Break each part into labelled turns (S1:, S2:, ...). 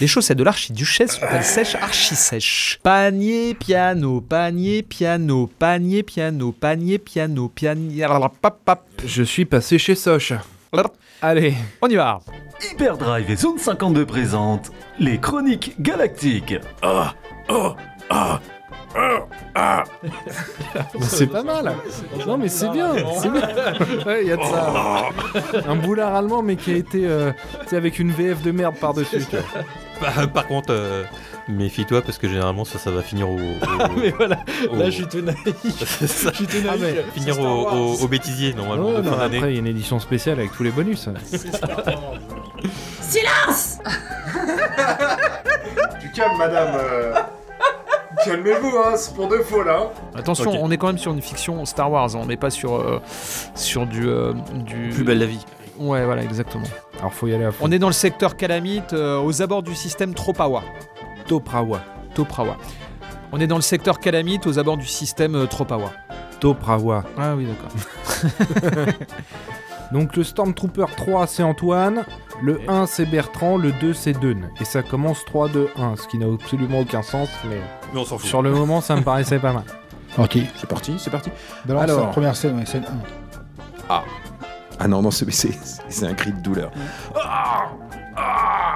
S1: Les chaussettes de l'archiduchesse sont elles sèches, archi sèches. Panier, piano, panier, piano, panier, piano, panier, piano, panier. Pap, pap.
S2: Je suis passé chez Soch.
S1: Allez, on y va.
S3: Hyperdrive et Zone 52 présentent les chroniques galactiques. Ah, ah, ah, ah, ah.
S2: c'est pas mal. Non, mais c'est bien. c'est bien. Ouais, il y a de ça. Un boulard allemand, mais qui a été. euh, tu sais, avec une VF de merde par-dessus. tu vois.
S4: Par, par contre, euh, méfie-toi parce que généralement ça, ça va finir au. au-
S5: Mais voilà,
S4: au-
S5: là je suis tout naïf.
S4: C'est ça.
S5: Je suis tout
S2: Ah, mais-
S5: naïf.
S4: Finir au, au- au bêtisier normalement
S2: Ah, Ouais,
S4: de
S2: non,
S4: fin d'année.
S2: après, il y a une édition spéciale avec tous les bonus.
S6: Du calme, madame. euh. Calmez-vous, hein, c'est pour de faux là.
S1: Attention,
S4: Ok.
S1: on est quand même sur une fiction Star Wars, hein, on n'est pas sur, euh, sur du, euh, du.
S4: Plus belle la vie.
S1: Ouais, voilà, exactement.
S2: Alors, faut y aller à fond.
S1: On est dans le secteur calamite, euh, aux abords du système Tropawa.
S2: Toprawa.
S1: Toprawa. On est dans le secteur calamite, aux abords du système euh, Tropawa.
S2: Toprawa.
S1: Ah oui, d'accord.
S2: Donc, le Stormtrooper 3, c'est Antoine. Le 1, c'est Bertrand. Le 2, c'est Dune. Et ça commence 3, 2, 1. Ce qui n'a absolument aucun sens, mais
S4: Mais on s'en fout.
S2: sur le moment, ça me paraissait pas mal.
S7: Ok, c'est parti, c'est parti. Balance
S2: Alors.
S7: la première scène, ouais, scène 1.
S8: Ah non, non, c'est c'est- c'est un cri de douleur.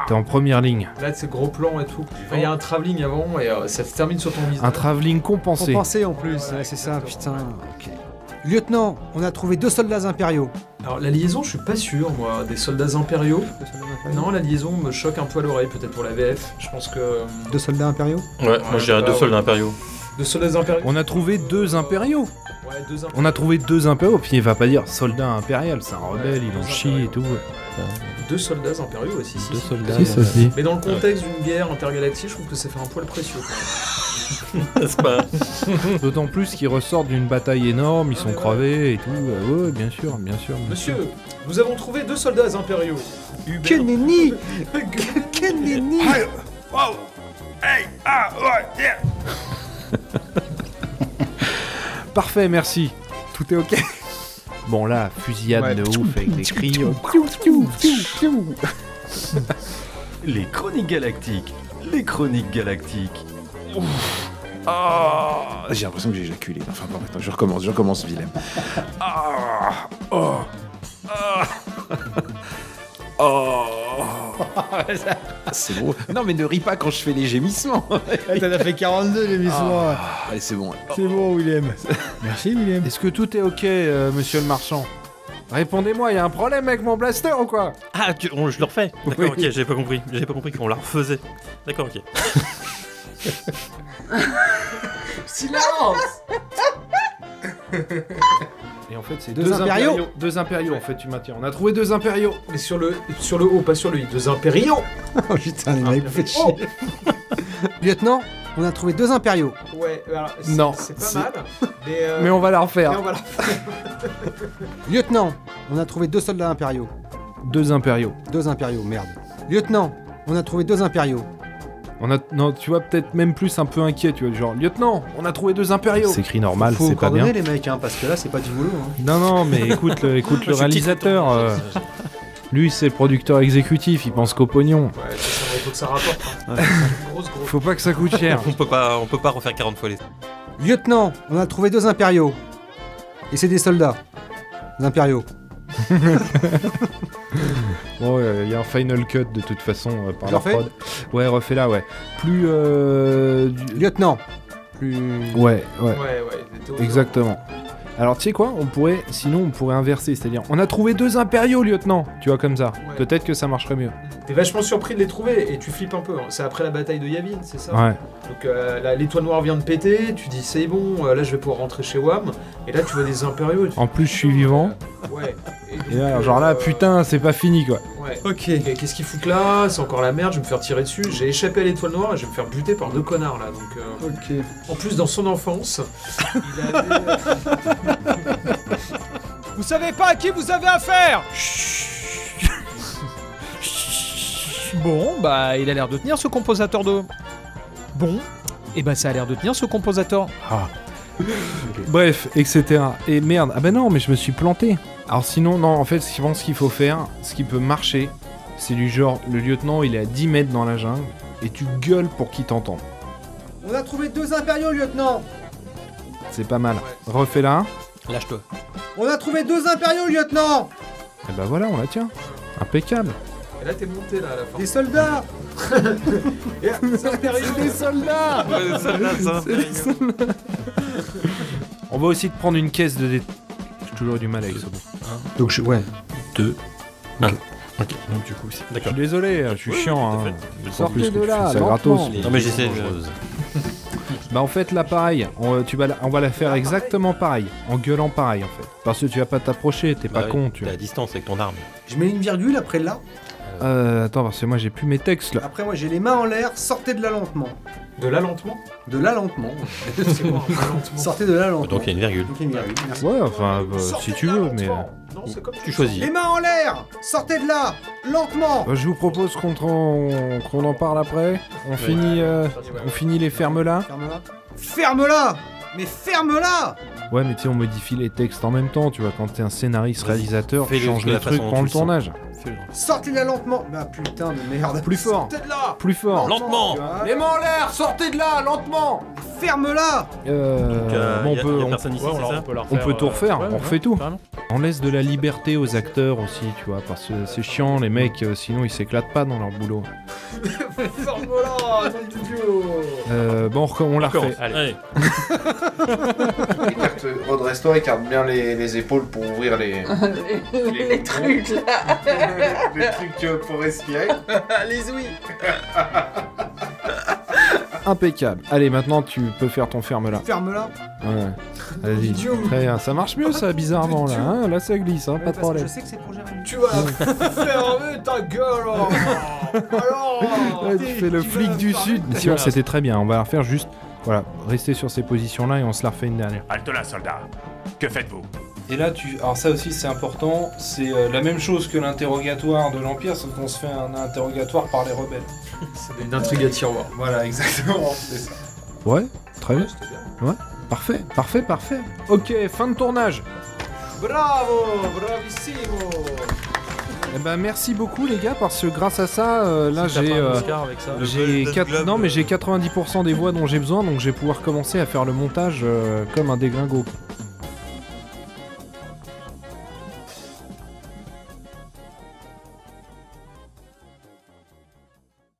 S2: T'es en première ligne.
S5: Là, c'est gros plan et tout. Il y a un travelling avant et euh, ça se termine sur ton
S2: Un
S5: visage.
S2: travelling compensé.
S9: Compensé en plus, ouais, c'est ça, putain. ok. Lieutenant, on a trouvé deux soldats impériaux.
S5: Alors, la liaison, je suis pas sûr, moi. Des soldats impériaux. Non, la liaison me choque un peu à l'oreille, peut-être pour la VF. Je pense que. euh,
S9: Deux soldats impériaux
S4: Ouais, moi j'ai un deux sols d'impériaux.
S5: Deux soldats impériaux.
S2: On a trouvé deux impériaux.
S5: Ouais, deux impériaux.
S2: On a trouvé deux impériaux. Puis il va pas dire soldat impérial, c'est un rebelle, il en chie et tout.
S5: Deux soldats impériaux aussi, si.
S4: Deux
S5: si.
S4: soldats.
S2: dit.
S5: Mais dans le contexte d'une guerre intergalactique, je trouve que ça fait un poil précieux. quoi.
S4: C'est pas.
S2: D'autant plus qu'ils ressortent d'une bataille énorme, ils sont crevés et tout. Euh, ouais, bien sûr, bien sûr. bien sûr.
S5: Monsieur, nous avons trouvé deux soldats impériaux.
S9: Que nenni Que nenni
S2: Parfait, merci. Tout est ok. Bon là, fusillade
S7: Ouais.
S2: de ouf avec des cris.
S3: Les chroniques galactiques. Les chroniques galactiques.
S8: Ah, j'ai l'impression que j'ai éjaculé. Enfin bon, attends, je recommence, je recommence, Willem. Ah, oh, ah, oh. C'est bon. Non, mais ne ris pas quand je fais les gémissements.
S7: T'en as fait 42,
S2: Ah.
S7: j'ai mis souvent.
S8: Allez, c'est bon.
S7: C'est bon, William. Merci, William.
S2: Est-ce que tout est ok, euh, monsieur le marchand Répondez-moi, il y a un problème avec mon blaster ou quoi
S4: Ah, tu- on- je le refais. D'accord, ok, j'avais pas compris. J'avais pas compris qu'on la refaisait. D'accord, ok.
S2: Et en fait, c'est
S9: Deux impériaux.
S2: Deux impériaux, en fait, tu maintiens. On a trouvé deux impériaux.
S5: Mais sur le, sur le haut, pas sur le i. Deux impériaux. Oh.
S9: Oh putain, il m'a fait chier. Lieutenant, on a trouvé deux impériaux.
S5: Ouais, alors, c'est-
S2: Non,
S5: C'est pas
S2: c'est-
S5: mal. Mais, euh,
S2: Mais on va la
S5: mais
S2: refaire.
S5: on va la-
S9: Lieutenant, on a trouvé deux soldats impériaux.
S2: Deux impériaux.
S9: Deux impériaux, merde. Lieutenant, on a trouvé deux impériaux.
S2: On a, non, tu vois, peut-être même plus un peu inquiet, tu vois, genre, lieutenant, on a trouvé deux impériaux. C'est écrit normal,
S9: Faut coordonner les mecs, hein, parce que là, c'est pas du boulot. hein.
S2: Non, non, mais écoute le, écoute le réalisateur. euh, lui, c'est le producteur exécutif, il pense qu'au pognon.
S5: Ouais, ça, il faut que ça rapporte. hein. grosse, grosse.
S2: Faut pas que ça coûte cher.
S4: On peut pas, on peut pas refaire 40 fois les.
S9: Lieutenant, on a trouvé deux impériaux. Et c'est des soldats. Des impériaux.
S2: bon, il y a un final cut de toute façon euh, par
S9: Je
S2: la
S9: refais
S2: prod. Ouais, refais là, ouais. Plus. euh, du- euh,
S9: Lieutenant, plus...
S2: Ouais, ouais,
S5: Ouais, ouais, des théories.
S2: exactement. Alors, tu sais quoi On pourrait, sinon, on pourrait inverser, c'est-à-dire, on a trouvé deux impériaux, lieutenant. Tu vois, comme ça.
S5: Ouais.
S2: Peut-être que ça marcherait mieux.
S5: T'es vachement surpris de les trouver et tu flippes un peu. hein. C'est après la bataille de Yavin, c'est ça
S2: Ouais.
S5: Donc euh, là, l'étoile noire vient de péter, tu dis c'est bon, euh, là je vais pouvoir rentrer chez WAM. Et là tu vois des impériaux. et tu-
S2: En plus, je suis vivant.
S5: Ouais. Et donc,
S2: Et là,
S5: euh,
S2: genre là, putain, c'est pas fini, quoi.
S5: Ouais.
S9: Ok.
S5: Et Qu'est-ce qu'ils foutent là C'est encore la merde, je vais me faire tirer dessus. J'ai échappé à l'étoile noire et je vais me faire buter par deux connards là. Donc, euh,
S9: Ok.
S5: En plus, dans son enfance, il avait. euh,
S2: euh,
S1: Vous savez pas à qui vous avez affaire Bon, bah, il a l'air de tenir ce composateur de. Bon, et bah, ça a l'air de tenir ce composateur.
S2: Ah, Bref, etc. Et merde, ah ben non, mais je me suis planté. Alors sinon, non, en fait, je pense qu'il faut faire, ce qui peut marcher, C'est du genre, le lieutenant, il est à 10 mètres dans la jungle, et tu gueules pour qu'il t'entende.
S9: On a trouvé deux impériaux, lieutenant
S2: C'est pas mal. Refais-la.
S4: Lâche-toi.
S9: On a trouvé deux impériaux, lieutenant
S2: Et bah voilà, on la tient. Impeccable.
S5: Et là, t'es monté là à la fin.
S9: Des soldats
S2: Des soldats On va aussi te prendre une caisse de dé... J'ai toujours eu du mal avec ce mot.
S9: Donc, je... ouais.
S4: Ok, donc du coup, c'est.
S2: Je
S4: D'accord.
S2: suis désolé, je suis chiant. hein. Sortez
S7: plus
S2: de
S7: que tu
S2: là,
S7: fais ça
S2: lentement.
S7: gratos.
S4: Non, mais j'essaie. je-
S2: Bah en fait là pareil, on, euh, tu vas la- on va la faire exactement pareil, en gueulant pareil en fait. Parce que tu vas pas t'approcher, t'es
S4: Bah
S2: pas
S4: oui,
S2: con tu
S4: T'es
S2: vois.
S4: à distance avec ton arme.
S9: Je mets une virgule après là.
S2: Euh, attends parce que moi j'ai plus mes textes là.
S9: Après, moi, j'ai les mains en l'air. Sortez de là lentement.
S5: De là lentement
S9: De là lentement.
S5: C'est quoi un pas lentement
S9: Sortez de là lentement.
S4: Donc il y a une virgule.
S9: Donc, il y a une virgule, merci.
S2: Ouais enfin bah,
S9: Sortez
S2: si tu
S9: de là
S2: veux mais...
S9: lentement.
S5: Non, c'est comme
S4: Tu choisis.
S9: Les mains en l'air Sortez de là Lentement
S2: Bah, je vous propose qu'on t'en- qu'on en parle après. On finit euh, on finit les fermes là.
S9: Ferme-la Ferme-la Mais ferme-la
S2: Ouais mais tu sais on modifie les textes en même temps tu vois quand t'es un scénariste
S4: Vas-y,
S2: réalisateur tu
S4: fais-le
S2: changes
S4: de la
S2: les trucs
S4: façon dont
S2: pendant le
S4: tu le
S2: tournage.
S9: Sortez de là lentement Bah putain de merde
S2: Plus fort.
S9: Sortez de là
S2: Plus fort.
S4: Lentement
S2: Les mains en l'air, sortez de là lentement.
S9: Ferme-la
S2: Euh, bon, on peut- on
S4: personne ici, c'est ça
S2: On peut euh, tout refaire, on refait tout. On laisse de la liberté aux acteurs aussi, tu vois, parce que c'est chiant, les mecs, euh, sinon ils s'éclatent pas dans leur boulot.
S5: Ferme-la, nom de Dieu
S2: Euh, bon, on reco- on la
S4: Encore.
S2: refait.
S4: Allez.
S6: Écarte, redresse-toi, écarte bien les, les épaules pour ouvrir les,
S10: les trucs là.
S6: les trucs euh, pour respirer.
S10: les oui.
S2: Impeccable. Allez, maintenant tu peux faire ton ferme là.
S9: Ferme-la
S2: Ouais. Vas-y.
S9: Idiot.
S2: Très bien. Ça marche mieux ça, bizarrement là. hein. là, ça glisse, hein, pas
S9: Parce
S2: de
S9: que
S2: problème.
S9: Je sais que c'est pour Jérémy.
S5: Tu vas fermer ta gueule oh. Alors
S2: Ouais, tu fais le
S5: tu
S2: flic
S5: vas
S2: du
S5: parler
S2: sud. Tu vois, C'était très bien. On va la refaire juste. Voilà, rester sur ces positions là et on se la refait une dernière.
S3: Halte là, soldat. Que faites-vous
S11: Et là, tu. Alors, ça aussi, c'est important. C'est euh, la même chose que l'interrogatoire de l'Empire, sauf qu'on se fait un interrogatoire par les rebelles.
S5: C'est une intrigue à tiroir.
S11: Voilà, exactement. c'est ça.
S2: Ouais, très bien. Ouais, parfait, parfait, parfait. Ok, fin de tournage.
S5: Bravo Bravissimo
S2: Eh ben, merci beaucoup les gars parce que grâce à ça, euh, là j'ai euh, j'ai
S4: Golden
S2: quatre-
S4: Globe,
S2: non mais
S4: euh,
S2: j'ai 90% des voix dont j'ai besoin donc je vais pouvoir commencer à faire le montage euh, comme un déglingo.